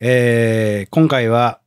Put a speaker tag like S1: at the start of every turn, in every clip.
S1: えー、今回は、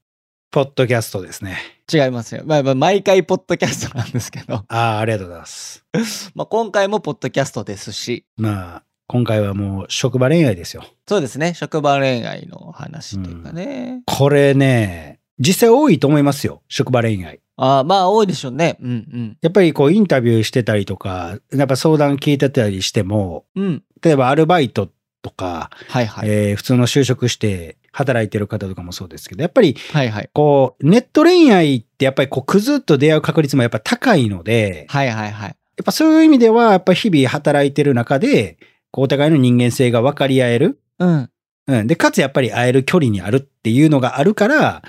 S1: ポッドキャストですね。
S2: 違いますよ。まあ、まあ、毎回ポッドキャストなんですけど、
S1: あ あ、ありがとうございます。
S2: まあ、今回もポッドキャストですし、
S1: まあ、今回はもう職場恋愛ですよ。
S2: そうですね、職場恋愛の話というかね。
S1: これね、実際多いと思いますよ。職場恋愛。
S2: ああ、まあ、多いでしょうね。うん
S1: やっぱりこうインタビューしてたりとか、やっぱ相談聞いてたりしても、
S2: うん。うん。
S1: 例えばアルバイトとか、
S2: はいはい。
S1: えー普通の就職して働いてる方とかもそうですけど、やっぱり
S2: はいはい。
S1: こうネット恋愛ってやっぱりこうクズと出会う確率もやっぱ高いので、
S2: はいはいは
S1: や
S2: い。
S1: っぱそういう意味ではやっぱ日々働いてる中で、こうお互いの人間性が分かり合える。
S2: うん。
S1: うん。で、かつやっぱり会える距離にあるっていうのがあるから、や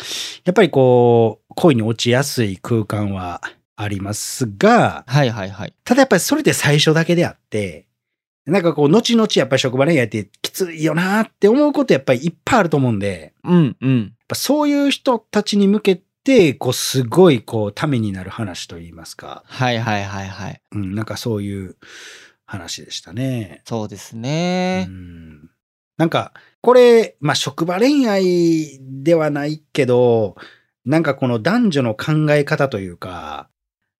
S1: っぱりこう、恋に落ちやすい空間はありますが、
S2: はいはいはい。
S1: ただやっぱりそれで最初だけであって、なんかこう、後々やっぱり職場恋愛ってきついよなって思うことやっぱりいっぱいあると思うんで、やっ
S2: うんうん。
S1: ぱそういう人たちに向けて、こう、すごいこう、ためになる話といいますか、
S2: はいはいはいはい。
S1: うん、なんかそういう話でしたね。
S2: そうです
S1: う
S2: ね。
S1: んなんか、これ、まあ、職場恋愛ではないけど、なんかこの男女の考え方というか、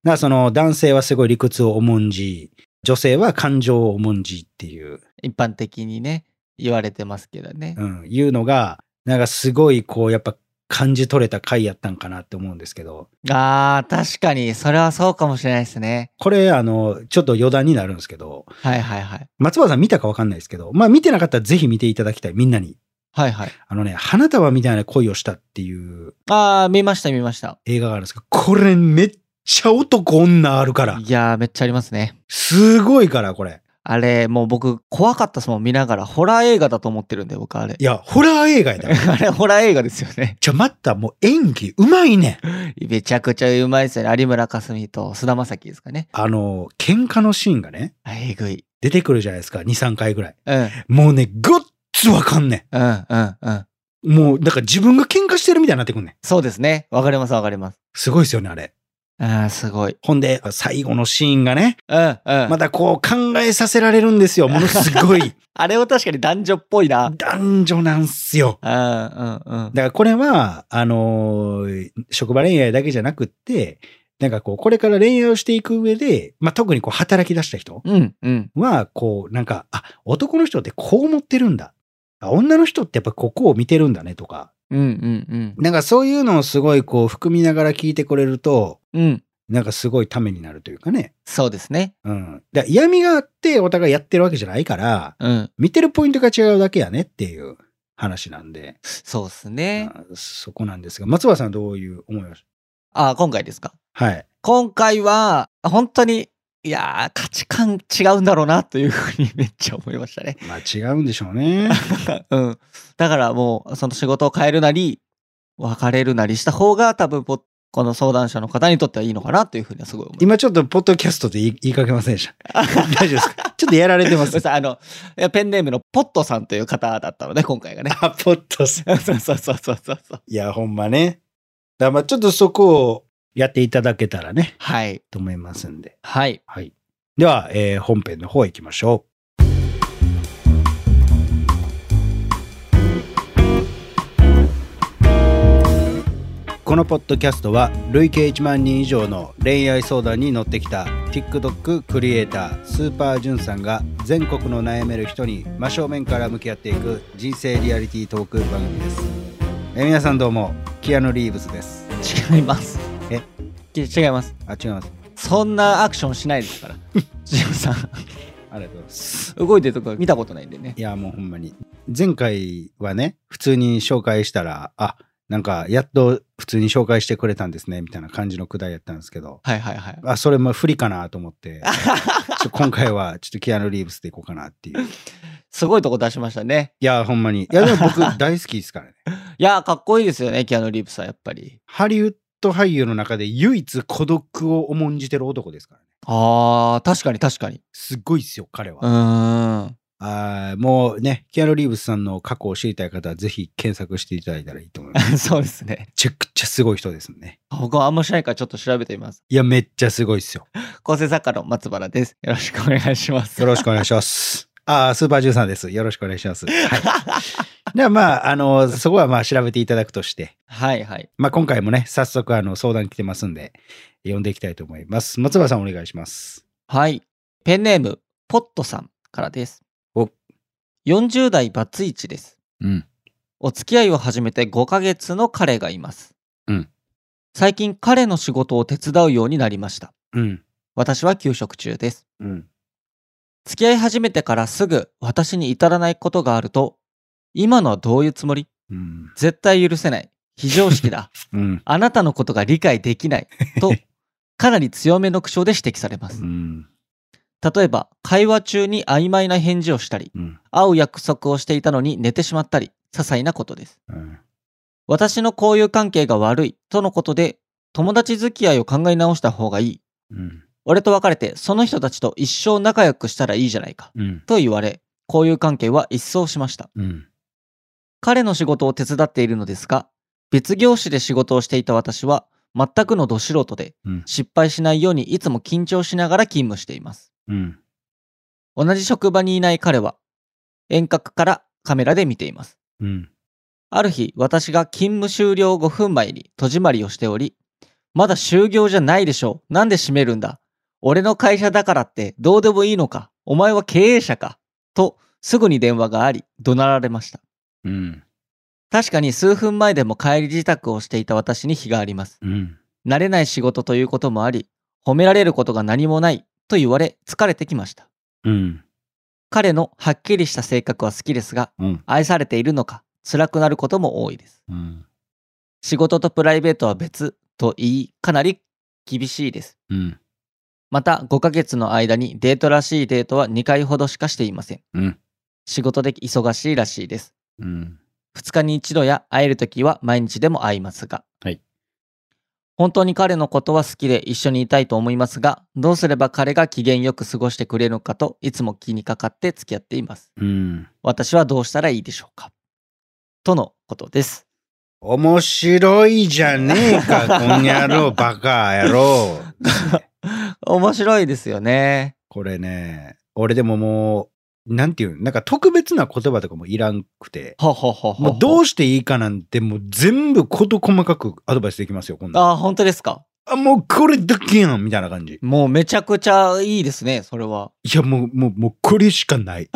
S1: なんかその男性はすごい理屈を重んじ、女性は感情を重んじっていう、
S2: 一般的にね、言われてますけどね。
S1: うん、いうのが、なんかすごいこう、やっぱ感じ取れた回やったんかなって思うんですけど、
S2: ああ、確かに、それはそうかもしれないですね。
S1: これ、あの、ちょっと余談になるんですけど、
S2: はいはいはい。
S1: 松原さん見たかわかんないですけど、まあ見てなかったらぜひ見ていただきたい、みんなに。
S2: はいはい。
S1: あのね、花束みたいな恋をしたっていう
S2: ああ、見ました見ました。
S1: 映画があるんですけど、これめっちゃ男女あるから。
S2: いやー、めっちゃありますね。
S1: すごいから、これ。
S2: あれ、もう僕、怖かったですもん、見ながら。ホラー映画だと思ってるんで、僕、あれ
S1: い。や、ホラー映画やだよ。
S2: あれ、ホラー映画ですよね。
S1: じゃ、またもう演技うまいねん。
S2: めちゃくちゃうまいですよね。有村架純と菅田将暉ですかね。
S1: あの、喧嘩のシーンがね、
S2: あえぐい。
S1: 出てくるじゃないですか、2、3回ぐらい。
S2: うん、うん、
S1: もうね、ごっつわかんね
S2: うん、うん。
S1: ん。もう、だから自分が喧嘩してるみたいになってくんねん。
S2: そうですね。わかります、わかります。
S1: すごいですよね、あれ。
S2: ああ、すごい。
S1: ほんで、最後のシーンがね、
S2: うん、うん。
S1: またこう考えさせられるんですよ。ものすごい
S2: あれは確かに男女っぽいな。
S1: 男女なんすよ。
S2: うん、うん、うん。
S1: だからこれは、あのー職場恋愛だけじゃなくって、なんかこう、これから恋愛をしていく上で、まあ、特にこう、働き出した人
S2: うん、うん。
S1: は、こう、なんか、あ、男の人ってこう思ってるんだ。あ女の人ってやっぱここを見てるんだねとか。
S2: うん、うん、
S1: なんかそういうのをすごいこう、含みながら聞いてくれると、
S2: うん。うん。
S1: なんかすごいためになるというかね。
S2: そうですね。
S1: うん。だから嫌味があってお互いやってるわけじゃないから、
S2: うん。
S1: 見てるポイントが違うだけやねっていう話なんで、
S2: そうですね。
S1: あそこなんですが、松原さんはどういう思いをし
S2: ああ、今回ですか。
S1: はい。
S2: 今回は、本当に、いやー、価値観違うんだろうな、というふうにめっちゃ思いましたね。
S1: まあ違うんでしょうね。
S2: うん。だからもう、その仕事を変えるなり、別れるなりした方が、多分ポ、この相談者の方にとってはいいのかなというふうにはすごい思いま
S1: 今ちょっとポッドキャストで言い言いかけませんでした。
S2: す。
S1: 大丈夫ですかちょっとやられてま
S2: ごめんな
S1: す。
S2: さいあの、いやペンネームのポットさんという方だったので、今回がね。
S1: あ、ポッドさん。
S2: そうそうそうそうそうそう。
S1: いや、ほんまね。だからまあちょっとそこをやっていただけたらね、
S2: はい。
S1: と思いますんで。
S2: はい。
S1: はい。では、えー本編の方行きましょう。このポッドキャストは累計1万人以上の恋愛相談に乗ってきた TikTok クリエイタースーパージュンさんが全国の悩める人に真正面から向き合っていく人生リアリティトーク番組ですえー皆さんどうもキアヌ・リーブスです
S2: 違います。
S1: え
S2: き違います。
S1: あ違います
S2: そんなアクションしないですから。ジムさん、
S1: ありがとうございます
S2: 動いてるとこ見たことないんでね。
S1: いや、もうほんまに。前回はね、普通に紹介したら、あ、なんか、やっと普通に紹介してくれたんですね、みたいな感じのくだりやったんですけど、
S2: はいはいはい。
S1: あ、それも不利かなと思 って、ちょ今回はちょっとキアヌ・リーブスでいこうかなっていう。い
S2: すごいとこ出しましたね。
S1: や、ほんまに。いや、でも僕 大好きですからね。
S2: いやー、かっこいいですよね、キアヌ・リーブスはやっぱり。
S1: ハリウッド俳優の中で唯一孤独を重んじてる男ですからね。
S2: あー、確かに確かに。
S1: すごいっすよ、彼は。
S2: うーん。
S1: あーもうね、キアヌ・リーブスさんの過去を知りたい方は、ぜひ検索していただいたらいいと思います。め
S2: そうですね。
S1: ちゃくちゃすごい人ですね。
S2: 僕はあんましないからちょっと調べてみます。
S1: いや、めっちゃすごいっすよ。
S2: 構成作家の松原です。よろしくお願いします。
S1: よろしくお願いします。ああ、スーパージュンさんです。よろしくお願いします。はい。ではまあ、あの、そこはまあ調べていただくとして、
S2: はいはい。
S1: まあ今回もね、早速あの相談来てますんで、呼んでいきたいと思います。松原さんお願いします。
S2: はい。ペンネーム、ポットさんからです。
S1: お
S2: 40代バツイチです。
S1: うん。
S2: お付き合いを始めて5ヶ月の彼がいます。
S1: うん
S2: 最近彼の仕事を手伝うようになりました。
S1: うん。
S2: 私は休職中です。
S1: うん。
S2: 付き合い始めてからすぐ私に至らないことがあると、今のはどういうつもり
S1: うん。
S2: 絶対許せない。非常 識だ。
S1: うん。
S2: あなたのことが理解できない。と、かなり強めの口調で指摘されます
S1: う。ん。
S2: 例えば、会話中に曖昧な返事をしたり、
S1: うん。
S2: 会う約束をしていたのに寝てしまったり、些細なことです。
S1: うん。
S2: 私の交友関係が悪いとのことで友達付き合いを考え直した方がいい。
S1: うん。
S2: 俺と別れてその人たちと一生仲良くしたらいいじゃないか。
S1: うん。
S2: と言われ、交友関係は一掃しました。
S1: うん。
S2: 彼の仕事を手伝っているのですが、別業種で仕事をしていた私は全くのど素人で
S1: うん
S2: 失敗しないようにいつも緊張しながら勤務しています。
S1: うん。
S2: 同じ職場にいない彼は遠隔からカメラで見ています。
S1: うん。
S2: ある日、私が勤務終了5分前に戸締まりをしており、まだ就業じゃないでしょう。なんで閉めるんだ俺の会社だからってどうでもいいのかお前は経営者かと、すぐに電話があり、怒鳴られました。
S1: うん。
S2: 確かに数分前でも帰り自宅をしていた私に非があります。
S1: うん。
S2: 慣れない仕事ということもあり、褒められることが何もないと言われ、疲れてきました。
S1: うん。
S2: 彼のはっきりした性格は好きですが、
S1: うん。
S2: 愛されているのか辛くなることも多いです。
S1: うん。
S2: 仕事とプライベートは別と言い、かなり厳しいです。
S1: うん。
S2: また、5ヶ月の間にデートらしいデートは2回ほどしかしていません。
S1: うん
S2: 仕事で忙しいらしいです。
S1: うん。
S2: 2日に1度や会えるときは毎日でも会いますが。
S1: はい
S2: 本当に彼のことは好きで一緒にいたいと思いますが、どうすれば彼が機嫌よく過ごしてくれるのかといつも気にかかって付き合っています。
S1: うん。
S2: 私はどうしたらいいでしょうかとのことです。
S1: 面白いじゃねえか、こん野郎、バカ野郎。
S2: 面白いですよね。
S1: これね、俺でももう、なんていうのなんか特別な言葉とかもいらんくて、
S2: ほうほうほうほう
S1: もうどうしていいかなんて、もう全部事細かくアドバイスできますよ、こんなん。
S2: ああ、本当ですか。
S1: あ、もうこれだけやんみたいな感じ。
S2: もうめちゃくちゃいいですね、それは。
S1: いや、もう、もう、もうこれしかない。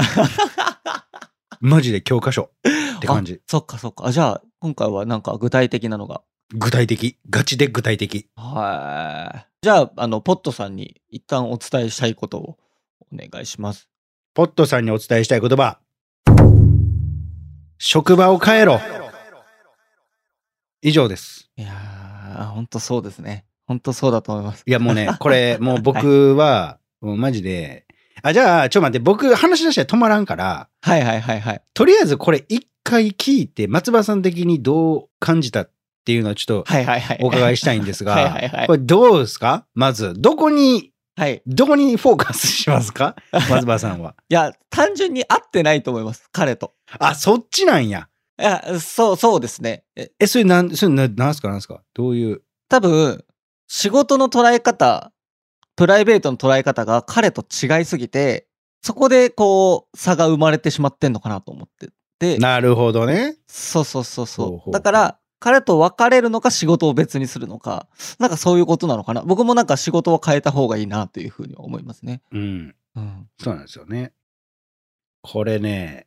S1: マジで教科書って感じ。
S2: そっかそっか。あじゃあ、今回はなんか具体的なのが。
S1: 具体的。ガチで具体的。
S2: はい。じゃあ、あの、ポットさんに一旦お伝えしたいことをお願いします。
S1: ポットさんにお伝えしたい言葉。職場を変えろ。以上です。
S2: いやー、ほんとそうですね。ほんとそうだと思います。
S1: いやもう ね、これもう僕は、もうマジで、あ、じゃあ、ちょっと待って、僕話し出したら止まらんから、
S2: はいはいはいはい。
S1: とりあえずこれ一回聞いて、松葉さん的にどう感じたっていうのをちょっと
S2: はいはいはい。
S1: お伺いしたいんです
S2: はいは
S1: が、
S2: いはい
S1: こ。れどうですかまず、どこに、
S2: はい。
S1: どこにフォーカスしますか松葉さんは。
S2: いや、単純に合ってないと思います、彼と。
S1: あ、そっちなんや。
S2: いや、そう、そうですね。え
S1: え、それなん、それななんすかなんすかどういう。
S2: 多分、仕事の捉え方、プライベートの捉え方が彼と違いすぎて、そこでこう、差が生まれてしまってんのかなと思ってて。
S1: なるほどね。
S2: そうそうそう
S1: ほうほ
S2: そうう。だから、彼と別れるのか仕事を別にするのか、なんかそういうことなのかな。僕もなんか仕事を変えた方がいいなというふうには思いますね。
S1: うん。
S2: うん。
S1: そうなんですよね。これね、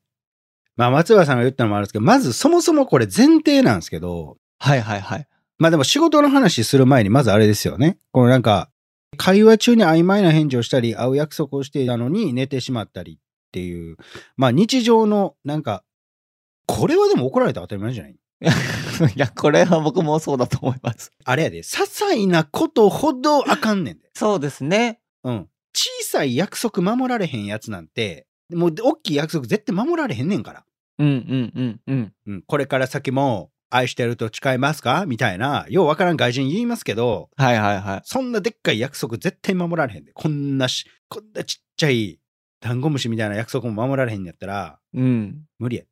S1: まあ松葉さんが言ったのもあるんですけど、まずそもそもこれ前提なんですけど、
S2: はいはいはい。
S1: まあでも仕事の話する前にまずあれですよね。このなんか、会話中に曖昧な返事をしたり、会う約束をしていたのに寝てしまったりっていう、まあ日常のなんか、これはでも怒られたら当たり前じゃない
S2: いや、これは僕もそうだと思います。
S1: あれやで、些細なことほどあかんねんで。
S2: そうですね。
S1: うん。小さい約束守られへんやつなんて、もう大きい約束絶対守られへんねんから。
S2: うんうんうんうん。
S1: うん、これから先も愛してると誓いますかみたいな、ようわからん外人言いますけど、
S2: はいはいはい。
S1: そんなでっかい約束絶対守られへんで。こんなし、こんなちっちゃいダンゴムシみたいな約束も守られへんやったら、
S2: うん。
S1: 無理や。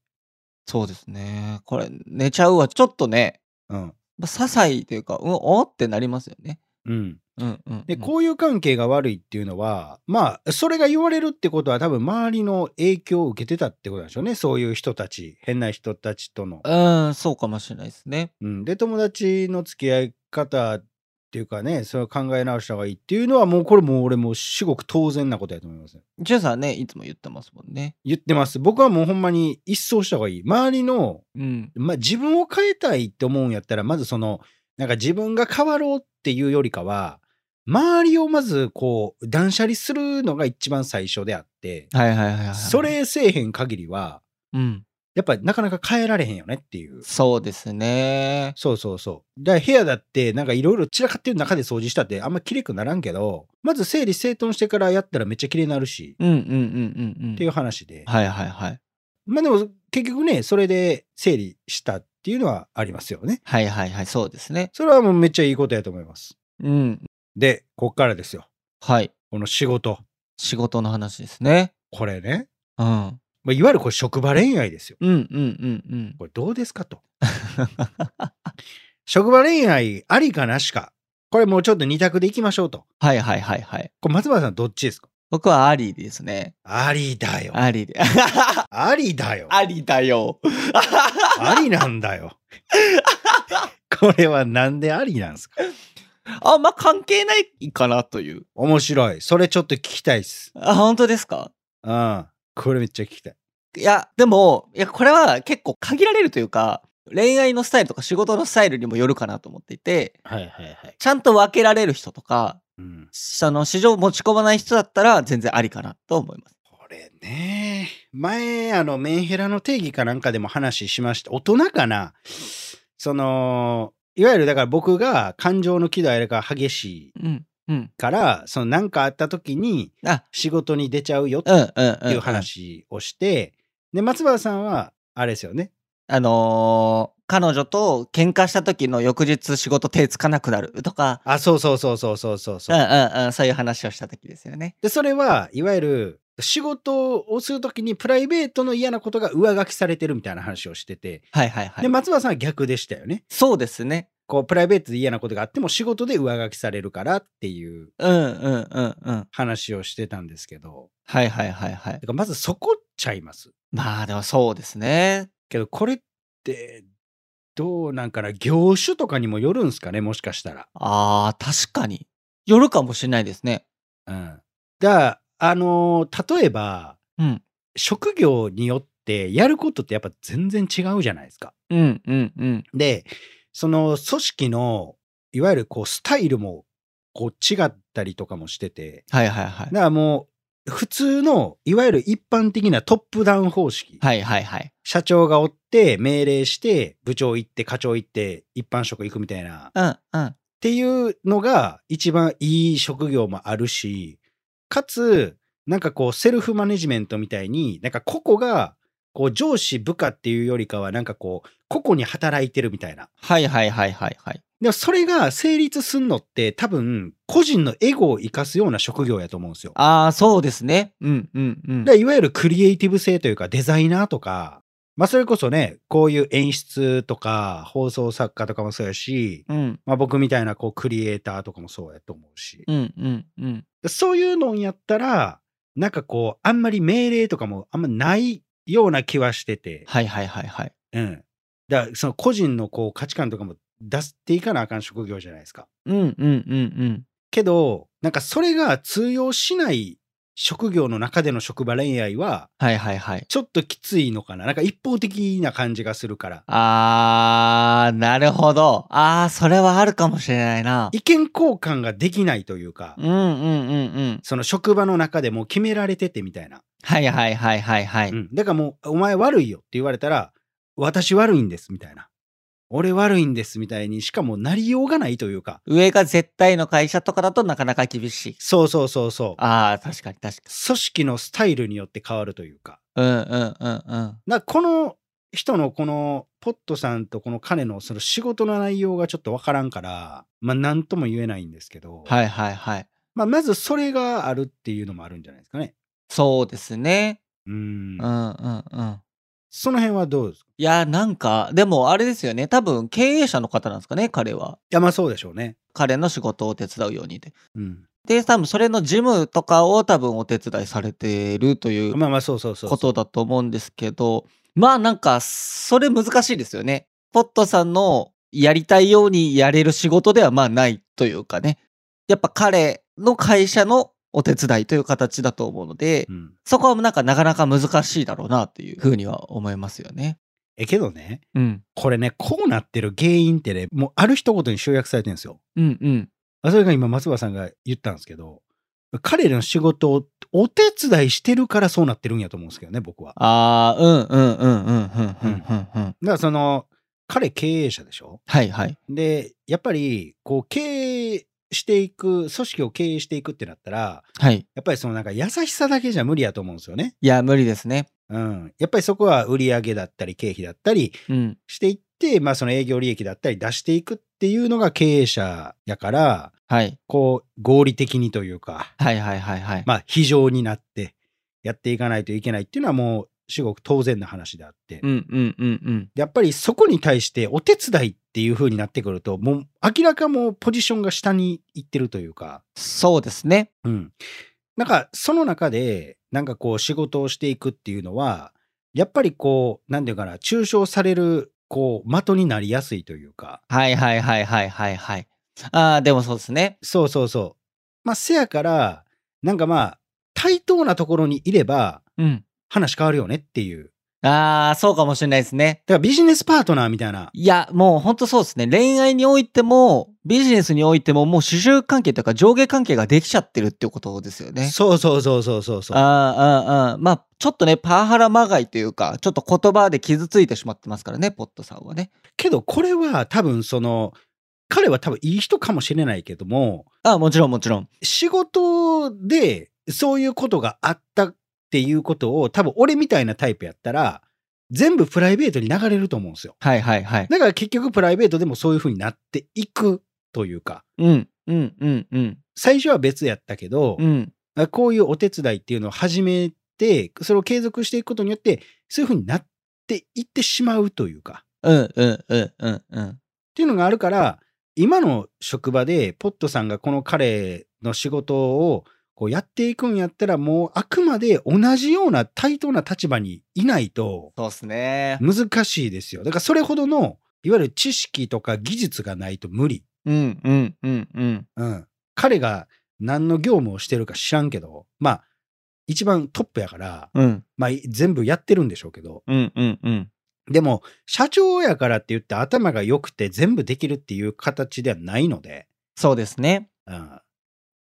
S2: そうですね。これ、寝ちゃうはちょっとね、
S1: うん。
S2: まあ、些細というか、うん、おってなりますよね。
S1: うん、
S2: うんうん。
S1: で交友関係が悪いっていうのはまあそれが言われるってことは多分周りの影響を受けてたってことなんでしょうねそういう人たち変な人たちとの。
S2: うん、うん、そうかもしれないですね。
S1: うん、で友達の付き合い方っていうかねそれを考え直した方がいいっていうのはもうこれもう俺もう至極当然なことやと思います。
S2: ジュンさんはね、いつも言ってますもんね。
S1: 言ってます僕はもうほんまに一掃した方がいい周りの、
S2: うん。
S1: まあ、自分を変えたいって思うんやったらまずそのなんか自分が変わろうっていうよりかは周りをまずこう断捨離するのが一番最初であって
S2: はいはいはい、はい。
S1: そ、れせえへん限りは
S2: うん。
S1: やっぱなかなか変えられへんよねっていう
S2: そうですね。
S1: そうそうそうだから部屋だってなんかいろいろ散らかってる中で掃除したってあんまきれくならんけどまず整理整頓してからやったらめっちゃきれいになるし
S2: うんうんうんうんうん。
S1: っていう話で
S2: はいはいはい。
S1: まあでも結局ね、それで整理したっていうのはありますよね。
S2: はいはいはい、そうですね。
S1: それはもうめっちゃいいことやと思います。
S2: うん。
S1: で、こっからですよ。
S2: はい。
S1: この仕事。
S2: 仕事の話ですね。
S1: これね。
S2: うん。
S1: まあ、いわゆるこれ職場恋愛ですよ。
S2: うんうんうんうん。
S1: これどうですかと。職場恋愛ありかなしか。これもうちょっと二択でいきましょうと。
S2: はいはいはいはい。
S1: これ松原さんどっちですか
S2: 僕はアリですね。
S1: ありだよ。
S2: アリで。
S1: ありだよ。
S2: アリだよ。
S1: ありなんだ よ。これはなんでありなんですか
S2: あんま関係ないかなという。
S1: 面白い。それちょっと聞きたいっす。
S2: あ、本当ですか
S1: うん。これめっちゃ聞きたい。
S2: いや、でも、いや、これは結構限られるというか、恋愛のスタイルとか仕事のスタイルにもよるかなと思っていて、
S1: はいはいはい。
S2: ちゃんと分けられる人とか、
S1: うん、
S2: その市場持ち込まない人だったら全然ありかなと思います。
S1: これね前あのメンヘラの定義かなんかでも話しました大人かなそのいわゆるだから僕が感情の喜怒哀楽が激しい
S2: うん。うん。
S1: からその何かあった時に
S2: あ、
S1: 仕事に出ちゃうよっ
S2: うんうんうん、
S1: ていう。話をして、で松原さんはあれですよね
S2: あのー彼女と喧嘩した時の翌日仕事手つかなくなるとか、
S1: あそうそうそうそうそうそう
S2: う
S1: そ
S2: ん
S1: う、
S2: うんうん、そういう話をした時ですよね。
S1: でそれはいわゆる仕事をする時にプライベートの嫌なことが上書きされてるみたいな話をしてて、
S2: はいはいはい
S1: で。松原さんは逆でしたよね
S2: そうですね。
S1: こうプライベートで嫌なことがあっても仕事で上書きされるからっていう
S2: うんうんうんうん。
S1: 話をしてたんですけど
S2: はいはいはいはい
S1: だ。からまずそこっちゃいます
S2: まあでもそうですね。
S1: けどこれってどうなんかな業種とかにもよるんすかねもしかしたら。
S2: ああ、確かに。よるかもしれないですね。
S1: うん、だからあのー例えば
S2: うん。
S1: 職業によってやることってやっぱ全然違うじゃないですか。
S2: うんうんうん。
S1: でその組織のいわゆるこうスタイルもこう違ったりとかもしてて。
S2: はいはいはい。
S1: だからもう、普通の、いわゆる一般的なトップダウン方式。
S2: はいはいはい。
S1: 社長がおって、命令して、部長行って、課長行って、一般職行くみたいな。っ
S2: うんうん。
S1: ていうのが、一番いい職業もあるし、かつ、なんかこう、セルフマネジメントみたいに、なんか個々が、こう、上司部下っていうよりかは、なんかこう、個々に働いてるみたいな。
S2: はいはいはいはいはい。
S1: でも、それが成立すんのって、多分、個人のエゴを生かすような職業やと思うんですよ。
S2: ああ、そうですね。うんうんうん。
S1: でいわゆるクリエイティブ性というかデザイナーとか、まあ、それこそねこういう演出とか放送作家とかもそうやし、
S2: うん
S1: まあ、僕みたいなこうクリエイターとかもそうやと思うし、
S2: うんうんうん。
S1: でそういうのんやったらなんかこうあんまり命令とかもあんまないような気はしてて、
S2: はいはいはいはい。
S1: うん、だからその個人のこう価値観とかも出していかなあかん職業じゃないですか。
S2: うんうんうん
S1: けどなんかそれが通用しない職業の中での職場恋愛は
S2: うん。はいはいはい。
S1: ちょっときついのかな。なんか一方的な感じがするから。
S2: ああ、なるほど。ああ、それはあるかもしれないな。
S1: 意見交換ができないというか
S2: う、んうんうんうん。
S1: その職場の中でもう決められててみたいな。
S2: はいはいはいはいは
S1: う
S2: い。
S1: ん。だからもう、お前悪いよって言われたら、私悪いんですみたいな。俺悪いんですみたいにしかもうなりようがないというか。
S2: 上が絶対の会社とかだとなかなか厳しい。
S1: そうそうそうそう。
S2: ああ、確かに確か
S1: 組織のスタイルによって変わるというか。
S2: に。うんうんうんうん。
S1: だからこの人のこのポットさんとこの彼のその仕事の内容がちょっとわからんから、まあ何とも言えないんですけど。
S2: はいはいはい。
S1: まあ、まずそれがあるっていうのもあるんじゃないですかね。
S2: そうですね。
S1: うん
S2: うんうんうん。
S1: その辺はどうですか
S2: いや、なんか、でもあれですよね。多分経営者の方なんですかね、彼は。
S1: いや、まあそうでしょうね。
S2: 彼の仕事を手伝うようにって。
S1: うん。
S2: で、多分それの事務とかを多分お手伝いされてるという
S1: まあまあそうそうそう。
S2: ことだと思うんですけど、まあなんか、それ難しいですよね。ポットさんのやりたいようにやれる仕事ではまあないというかね。やっぱ彼の会社のお手伝いという形だと思うので、
S1: うん。
S2: そこはなんかなかなか難しいだろうなというふうには思いますよね。
S1: え、けどね、
S2: うん。
S1: これね、こうなってる原因ってね、もうある一言に集約されてるんですよ。
S2: うんうん。
S1: まあそれが今、松葉さんが言ったんですけど、彼らの仕事をお手伝いしてるからそうなってるんやと思うんですけどね、僕は。
S2: ああ、うんうんうんうんうんうんうんうん。
S1: だからその、彼経営者でしょ
S2: はいはい。
S1: で、やっぱり、こう、経営していく、組織を経営していくってなったら、
S2: はい。
S1: やっぱりそのなんか優しさだけじゃ無理やと思うんですよね。
S2: いや、無理ですね。
S1: うん。やっぱりそこは売り上げだったり、経費だったり
S2: うん。
S1: していって、まあその営業利益だったり出していくっていうのが経営者やから、
S2: はい。
S1: こう、合理的にというか、
S2: はいはいはいはい。
S1: まあ、非常になってやっていかないといけないっていうのはもう、至極当然な話であって、
S2: うんうんうんうん。
S1: やっぱりそこに対してお手伝いっていう風になってくると、もう明らかもうポジションが下に行ってるというか、
S2: そうですね。
S1: うん。なんか、その中で、なんかこう、仕事をしていくっていうのは、やっぱりこう、なんていうかな、抽象される、こう、的になりやすいというか、
S2: はいはいはいはいはいはい。ああ、でもそうですね。
S1: そうそうそう。まあ、せやから、なんかまあ、対等なところにいれば、
S2: うん。
S1: 話変わるよねっていう。
S2: ああ、そうかもしれないですね。
S1: だからビジネスパートナーみたいな。
S2: いや、もうほんとそうですね。恋愛においても、ビジネスにおいても、もう主従関係というか上下関係ができちゃってるっていうことですよね。
S1: そうそうそうそうそうそう。
S2: ああ、ああ、ああ。まあ、ちょっとね、パワハラまがいというか、ちょっと言葉で傷ついてしまってますからね、ポットさんはね。
S1: けど、これは多分その、彼は多分いい人かもしれないけども、
S2: ああ、もちろんもちろん。
S1: 仕事でそういうことがあったっていうことを多分俺みたいなタイプやったら全部プライベートに流れると思うんですよ。
S2: はいはいはい。
S1: だから結局プライベートでもそういう風になっていくというか
S2: うん、うん、うん、うん。
S1: 最初は別やったけど
S2: う、ん。
S1: こういうお手伝いっていうのを始めてそれを継続していくことによってそういう風になっていってしまうというか
S2: うん、うん、うん、うん、うん。
S1: っていうのがあるから今の職場でポットさんがこの彼の仕事をこうやっていくんやったらもうあくまで同じような対等な立場にいないと
S2: そうっすね。
S1: 難しいですよだからそれほどのいわゆる知識とか技術がないと無理、
S2: うん、うん、うん、うん。
S1: うん、彼が何の業務をしてるか知らんけどまあ一番トップやから、
S2: うん、
S1: まあ、全部やってるんでしょうけど
S2: うん、うん、うん。
S1: でも社長やからって言って頭が良くて全部できるっていう形ではないので
S2: そうですね。
S1: うん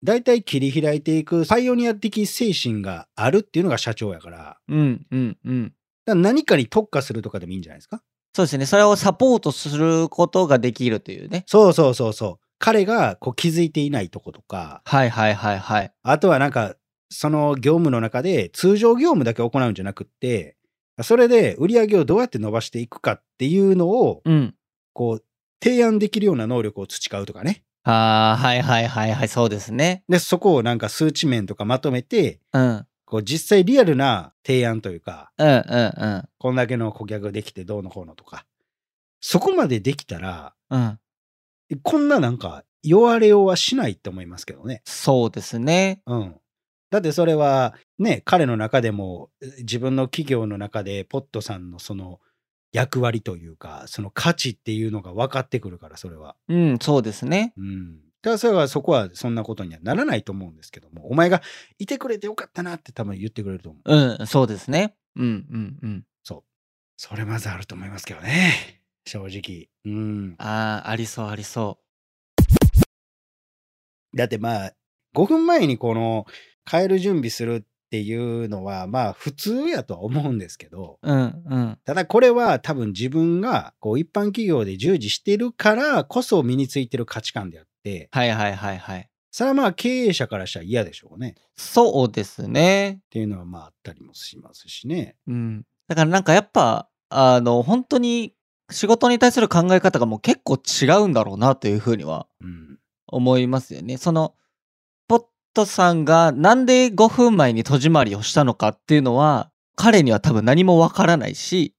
S1: 大体切り開いていくパイオニア的精神があるっていうのが社長やからだか
S2: うんうんうん。
S1: ら何かに特化するとかでもいいんじゃないですか
S2: そうですね。それをサポートすることができるというね。
S1: そうそうそうそう彼がこう気づいていないとことか
S2: はいはいはいはい。
S1: あとはなんかその業務の中で通常業務だけ行うんじゃなくってそれで売り上げをどうやって伸ばしていくかっていうのを
S2: うん。
S1: こう提案できるような能力を培うとかね
S2: ああ、はいはいはいはい。そうですね。
S1: でそこをなんか数値面とかまとめて
S2: うん。うん
S1: こう実際リアルな提案というか
S2: うんうん。
S1: こんだけの顧客ができてどうのこうのとか。そこまでできたら、
S2: うん。
S1: こんななんか、弱れようはしないって思いますけどね。
S2: そうですね。
S1: うん。だってそれは、ね、彼の中でも、自分の企業の中で、ポットさんのその役割というか、その価値っていうのが分かってくるから、それは。
S2: うん、そうですね。
S1: うん。だからそれはそこはそんなことにはならないと思うんですけども、お前がいてくれてよかったなって多分言ってくれると思う。
S2: うん、そうですね。うんうんうん。
S1: それまずあると思いますけどね。正直。うん。
S2: ああ、ありそうありそ
S1: だってまあ、5分前にこの変える準備するっていうのは、まあ普通やとは思うんですけど、
S2: う。うんうん。
S1: ただこれは多分自分がこう一般企業で従事してるからこそ身についてる価値観であって、
S2: はいはいはいはい。
S1: それはまあ経営者からしたら嫌でしょうね。っ
S2: そうですね。
S1: ていうのはまああったりもしますしね。
S2: うん。だからなんかやっぱ、あの、本当に仕事に対する考え方がもう結構違うんだろうなというふうには
S1: うん。
S2: 思いますよね。そのポットさんがなんで5分前に戸締まりをしたのかっていうのは彼には多分何もわからないし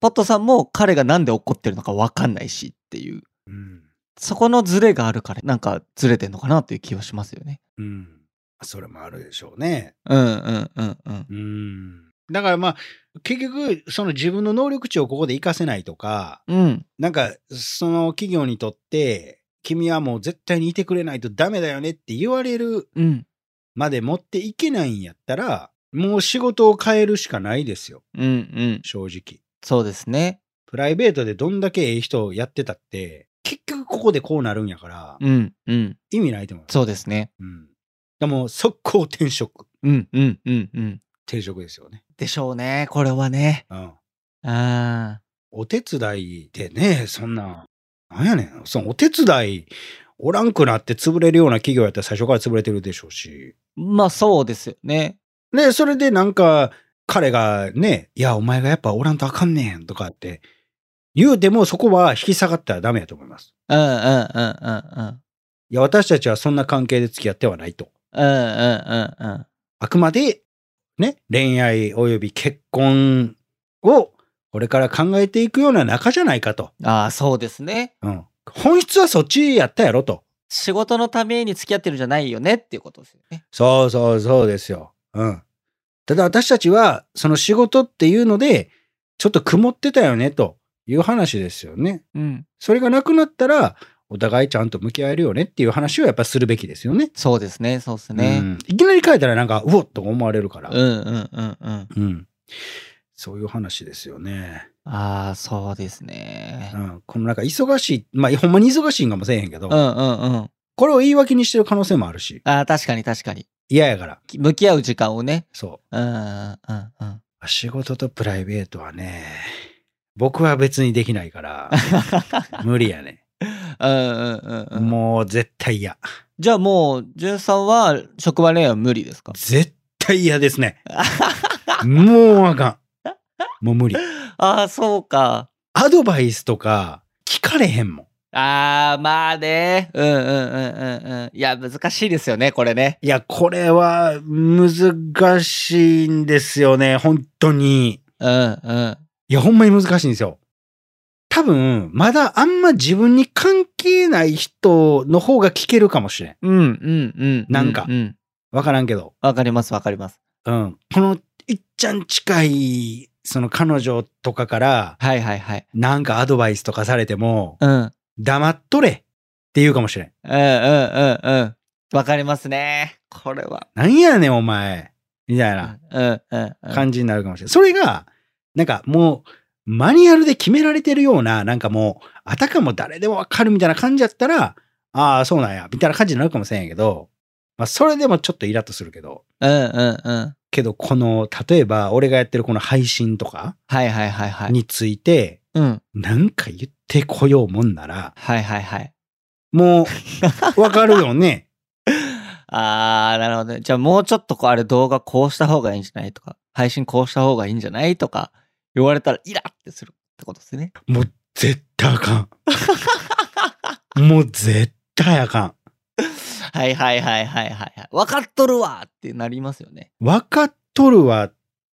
S2: ポットさんも彼がなんで怒ってるのか分かんないしっていう、
S1: うん。
S2: そこのズレがあるから、なんかズレてんのかなという気はしますよね。
S1: うん。それもあるでしょうね。
S2: うんうんうんうん。
S1: うん。だからまあ、結局、その自分の能力値をここで活かせないとか、
S2: うん。
S1: なんか、その企業にとって、君はもう絶対にいてくれないとダメだよねって言われる
S2: うん。
S1: まで持っていけないんやったら、もう仕事を変えるしかないですよ、
S2: うんうん。
S1: 正直。
S2: そうですね。
S1: プライベートでどんだけええ人をやってたって、結局ここでこうなるんやから、
S2: うんうん。
S1: 意味ないと思う。
S2: そうですね。
S1: うん。でも、速攻転職。
S2: うんうんうんうん。
S1: 転職ですよね。
S2: でしょうね。これはね。
S1: うん。
S2: ああ。
S1: お手伝いでね、そんな、なんやねん。そのお手伝い、おらんくなって潰れるような企業やったら最初から潰れてるでしょうし。
S2: まあそうですよね。
S1: で、それでなんか、彼がね、いや、お前がやっぱおらんとあかんねんとかって言うても、そこは引き下がったらダメやと思います。
S2: うんうんうんうんうん。
S1: いや、私たちはそんな関係で付き合ってはないと。
S2: うんうんうんうん。
S1: あくまで、ね、恋愛及び結婚をこれから考えていくような仲じゃないかと。
S2: ああ、そうですね。
S1: うん。本質はそっちやったやろと。
S2: 仕事のために付き合ってるんじゃないよねっていうことですよね。
S1: そうそうそうですよ。うん。ただ私たちは、その仕事っていうので、ちょっと曇ってたよねという話ですよね。
S2: うん。
S1: それがなくなったら、お互いちゃんと向き合えるよねっていう話をやっぱするべきですよね。
S2: そうですね、そうです
S1: う
S2: ね。
S1: んいきなり書いたらなんか、うおっと思われるから。
S2: うんうんうんうん。
S1: うん。そういう話ですよね。
S2: ああ、そうですね
S1: う。ん。このなんか忙しい、まあほんまに忙しいんかもしれへんけど
S2: う、んうんうん。
S1: これを言い訳にしてる可能性もあるし、
S2: ああ、確かに確かに。
S1: 嫌やから。
S2: 向き合う時間をね。
S1: そう。
S2: うんうんうんうん。
S1: 仕事とプライベートはね、僕は別にできない から、無理やね。
S2: うんうんうんうん。
S1: もう絶対嫌。
S2: じゃあもう、じゅんさんは職場恋愛は無理ですか
S1: 絶対嫌です ね。もうあかん。もう無理。
S2: ああ、そうか。
S1: アドバイスとか聞かれへんもん。
S2: ああ、まあね。うんうんうんうんうん。いや、難しいですよね、これね。
S1: いや、これは難しいんですよね、本当に。
S2: うんうん。
S1: いや、ほんまに難しいんですよ。多分、まだあんま自分に関係ない人の方が聞けるかもしれん。
S2: うんうんうん。
S1: なんか
S2: うん。
S1: わからんけど。
S2: わかりますわかります。
S1: うん。この、いっちゃん近い、その彼女とかから、
S2: はいはいはい。
S1: なんかアドバイスとかされても、
S2: うん。うん
S1: 黙っとれって言うかもしれん。
S2: うんうんうん。わかりますね。これは。
S1: なんやねん、お前。みたいな
S2: うんうんうん。
S1: 感じになるかもしれん。それが、なんかもう、マニュアルで決められてるような、なんかもう、あたかも誰でもわかるみたいな感じやったら、ああ、そうなんや、みたいな感じになるかもしれんやけど、まあ、それでもちょっとイラッとするけど、
S2: うんうんうん。
S1: けど、この、例えば、俺がやってるこの配信とか
S2: はいはいはいはい。
S1: について、
S2: うん。
S1: なんか言ってこようもんなら、
S2: はいはいはい。
S1: もう、わかるよ ね。
S2: あー、なるほどね。じゃあもうちょっとこう、あれ動画こうした方がいいんじゃないとか、配信こうした方がいいんじゃないとか、言われたらイラってするってことですね。
S1: もう、絶対あかん。もう、絶対あか
S2: はいはいはいはいはいはい。わかっとるわってなりますよね。
S1: ん。わかっとるわ、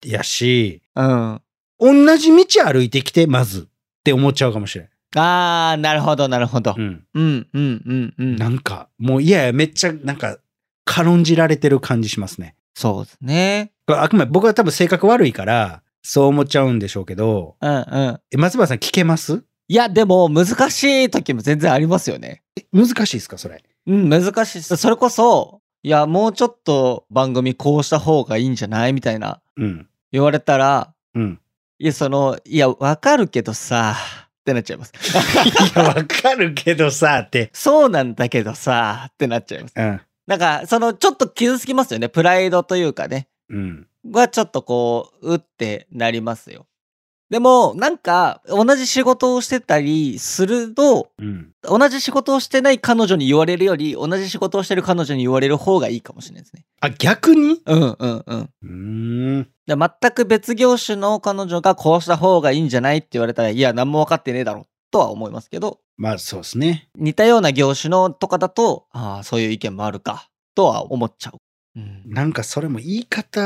S1: やし、
S2: うん。
S1: 同じ道歩いてきて、まず、って思っちゃうかもしれん。
S2: あー、なるほどなるほど。
S1: うん。
S2: うんうんうんうん。
S1: なんか、もう、いやいや、めっちゃ、なんか、軽んじられてる感じしますね。
S2: そうですね。
S1: これあくまで僕は多分性格悪いから、そう思っちゃうんでしょうけど、
S2: うんうん。
S1: え松原さん聞けます
S2: いや、でも、難しい時も全然ありますよね。
S1: え難しいですか、それ。
S2: うん、難しいっす。それこそ、いや、もうちょっと番組こうした方がいいんじゃないみたいな
S1: うん。
S2: 言われたら、
S1: うん。
S2: いや、その、いや、わかるけどさ、ってなっちゃいます。
S1: いや、わかるけどさ、って。
S2: そうなんだけどさ、ってなっちゃいます。
S1: うん。
S2: なんか、その、ちょっと傷つきますよね。プライドというかね。
S1: うん。
S2: はちょっとこう、うってなりますよ。でも、なんか、同じ仕事をしてたりすると、
S1: うん。
S2: 同じ仕事をしてない彼女に言われるより、同じ仕事をしてる彼女に言われる方がいいかもしれないですね。
S1: あ、逆に
S2: うんうんうん。
S1: うーん。
S2: で全く別業種の彼女がこうした方がいいんじゃないって言われたら、いや、何も分かってねえだろ、とは思いますけど、
S1: まあ、そうですね。
S2: 似たような業種のとかだと、ああ、そういう意見もあるか、とは思っちゃう。うん
S1: なんかそれも言い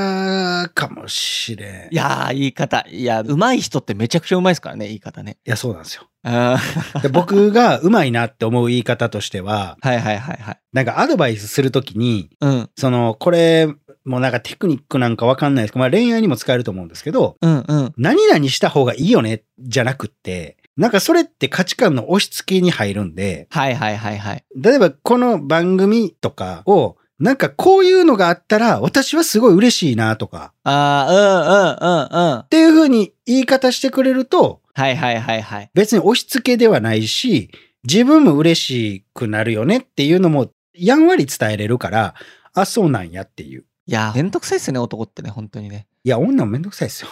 S1: 方かもしれん。
S2: いやー、言い方。いや、上手い人ってめちゃくちゃ上手いですからね、言い方ね。
S1: いやそうなんですよ。
S2: あ
S1: で僕がうまいなって思う言い方としては、
S2: ーはいはいはいはい。
S1: なんかアドバイスするときに、
S2: うん、
S1: その、これ、もうなんかテクニックなんかわかんないですけど、まあ恋愛にも使えると思うんですけど、
S2: うん、うん。
S1: 何々した方がいいよね、じゃなくって、なんかそれって価値観の押し付けに入るんで、
S2: はいはいはいはい。
S1: 例えばこの番組とかを、なんかこういうのがあったら、私はすごい嬉しいなとか、
S2: ああ、うん、うん、うん、うん。
S1: っていう風に言い方してくれると、
S2: はいはいはいはい。
S1: 別に押し付けではないし、自分も嬉しくなるよねっていうのも、やんわり伝えれるから、あ、そうなんやっていう。
S2: いやー、めんどくさいっすね、男ってね、本当にね。
S1: いや、女もめんどくさいですよ。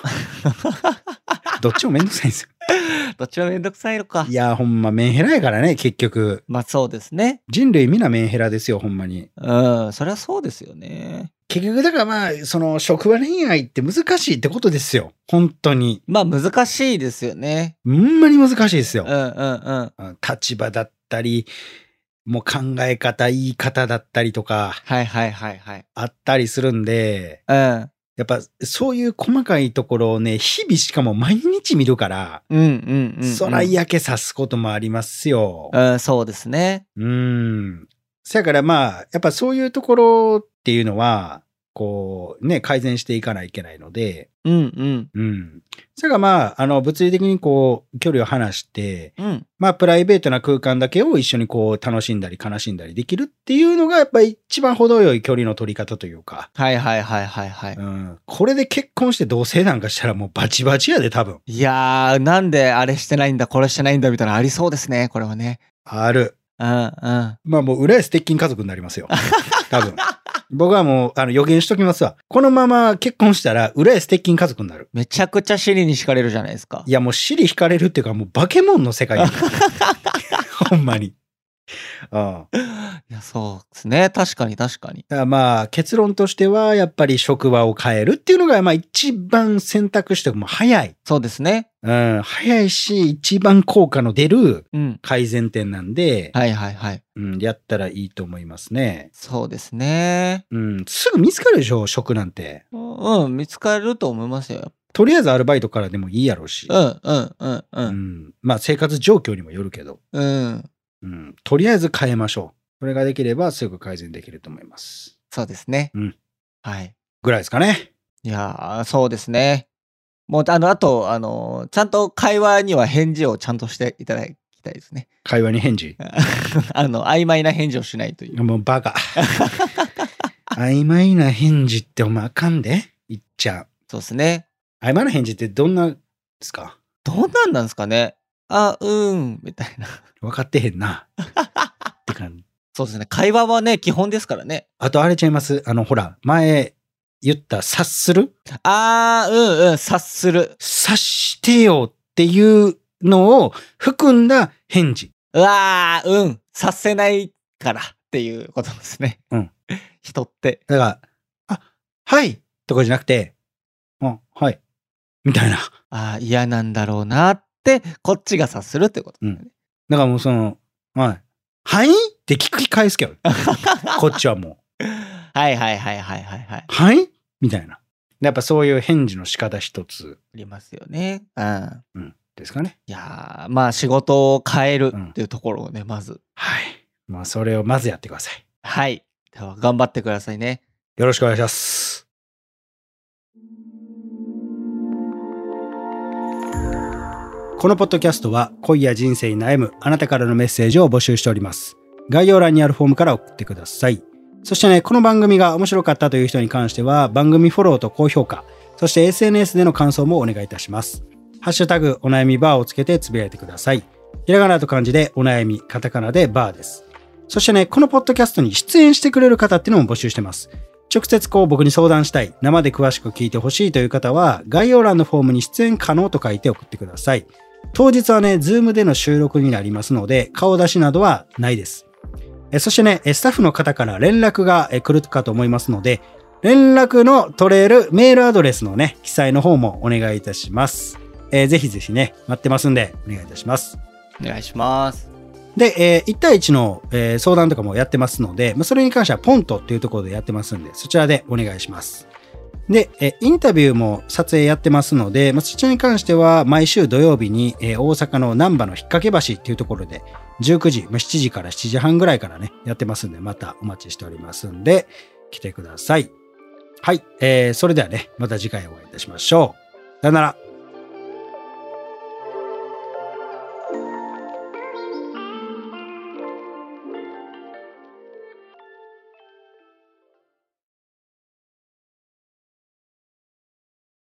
S1: どっちもめんどくさいですよ。
S2: どっちもめんどくさいのか
S1: い。や、ほんまメンヘラやからね、結局。
S2: まあそうですね。
S1: 人類皆メンヘラですよ、ほんまに。
S2: うん、それはそうですよね。
S1: 結局、だからまあ、その、職場恋愛って難しいってことですよ。本当に。
S2: まあ難しいですよね。
S1: ほんまに難しいです
S2: う
S1: よ
S2: ん。うんうん。
S1: 立場だったり、もう考え方、言い方だったりとか、
S2: はいはいはいはい。
S1: あったりするんで、
S2: うん。
S1: やっぱそういう細かいところをね、日々しかも毎日見るから、
S2: うんうんうん、うん。
S1: そら嫌気さすこともありますよ。
S2: うん、そうですね。
S1: うん。そやからまあ、やっぱそういうところっていうのは、こうね、改善していかないといけないので、
S2: うん
S1: うん。それがまあ、あの、物理的にこう、距離を離して、
S2: うん。うん。
S1: まあ、プライベートな空間だけを一緒にこう、楽しんだり悲しんだりできるっていうのが、やっぱり一番程よい距離の取り方というか、
S2: はいはいはいはいはい。
S1: うん。これで結婚して同棲なんかしたらもうバチバチやで、多分。
S2: いやー、なんであれしてないんだ、これしてないんだみたいなのありそうですね、これはね。
S1: ある。
S2: うんうん。
S1: まあもう、浦安鉄筋家族になります よ。多分。僕はもう、あの、予言しときますわ。このまま結婚したら、浦安鉄筋家族になる。
S2: めちゃくちゃ尻に敷かれるじゃないですか
S1: い。や、もう、尻惹かれるっていうか、もう、化け物の世界にな るほんまに。ああ
S2: いや、そうですね。確かに確かに。
S1: だからまあ、結論としては、やっぱり職場を変えるっていうのが、まあ、一番選択肢としても早い。
S2: そうですね。
S1: うん、早いし、一番効果の出る
S2: うん。
S1: 改善点なんで、
S2: はいはいはい。
S1: うん、やったらいいと思いますね。
S2: そうですね。
S1: うん、すぐ見つかるでしょ、職なんて。
S2: うん、うん見つかると思いますよ。
S1: とりあえずアルバイトからでもいいやろうし、
S2: うんうんうんう。
S1: うんんまあ生活状況にもよるけど、
S2: うん。
S1: うん、とりあえず変えましょう。それができればすぐ改善できると思います。
S2: そうですね。
S1: うん
S2: はい。
S1: ぐらいですかね。
S2: いやー、そうですね。もう、あの、あと、あの、ちゃんと会話には返事をちゃんとしていただきたいですね。
S1: 会話に返事。
S2: あの、曖昧な返事をしないという。
S1: もうバカ。 曖昧な返事ってお前あかんでいっちゃ
S2: そうですね。
S1: う。曖昧な返事ってどんなですか
S2: どんなんなんですかねあ、うーん、みたいな。
S1: 分かってへんな。って感じ。
S2: そうですね。会話はね、基本ですからね。
S1: あとあれちゃいますあのほら、前言った察する
S2: あー、うんうん、察する。
S1: 察してよっていうのを含んだ返事。
S2: うわー、うん、察せないからっていうことですね。
S1: うん。
S2: 人って。
S1: だから、あ、はいとかじゃなくて、あ、はい。みたいな。
S2: あー、嫌なんだろうなって、こっちが察するってことですね。
S1: うだからもうその、はい。はいって聞き返すけど、こっちはも
S2: はいはいはいはいはいはい。
S1: う、 はいみたいな。やっぱそういう返事の仕方一つ
S2: ありますよね。うん。
S1: ですかね。
S2: いやーまあ仕事を変える
S1: うん
S2: っていうところをね、まず。
S1: はい。まあそれをまずやってください。
S2: はい。では頑張ってくださいね。
S1: よろしくお願いします。このポッドキャストは恋や人生に悩むあなたからのメッセージを募集しております。概要欄にあるフォームから送ってください。そしてね、この番組が面白かったという人に関しては番組フォローと高評価、そして SNS での感想もお願いいたします。ハッシュタグお悩みバーをつけてつぶやいてください。ひらがなと漢字でお悩み、カタカナでバーです。そしてね、このポッドキャストに出演してくれる方っていうのも募集してます。直接こう僕に相談したい、生で詳しく聞いてほしいという方は、概要欄のフォームに出演可能と書いて送ってください。当日はね、ズームでの収録になりますので、顔出しなどはないです。えそしてね、えスタッフの方から連絡がえ来るかと思いますので、連絡の取れるメールアドレスのね、記載の方もお願いいたします。えーぜひぜひね、待ってますんで、お願いいたします。
S2: お願いします。
S1: で、えー1対1の、えー相談とかもやってますので、まあ、それに関してはポントっていうところでやってますんで、そちらでお願いします。で、えーインタビューも撮影やってますので、まあ、そちらに関しては毎週土曜日に、えー大阪の難波の引っ掛け橋っていうところで、19時、まあ、7時から7時半ぐらいからね、やってますんで、またお待ちしておりますんで、来てください。はい、えーそれではね、また次回お会いいたしましょう。さよなら。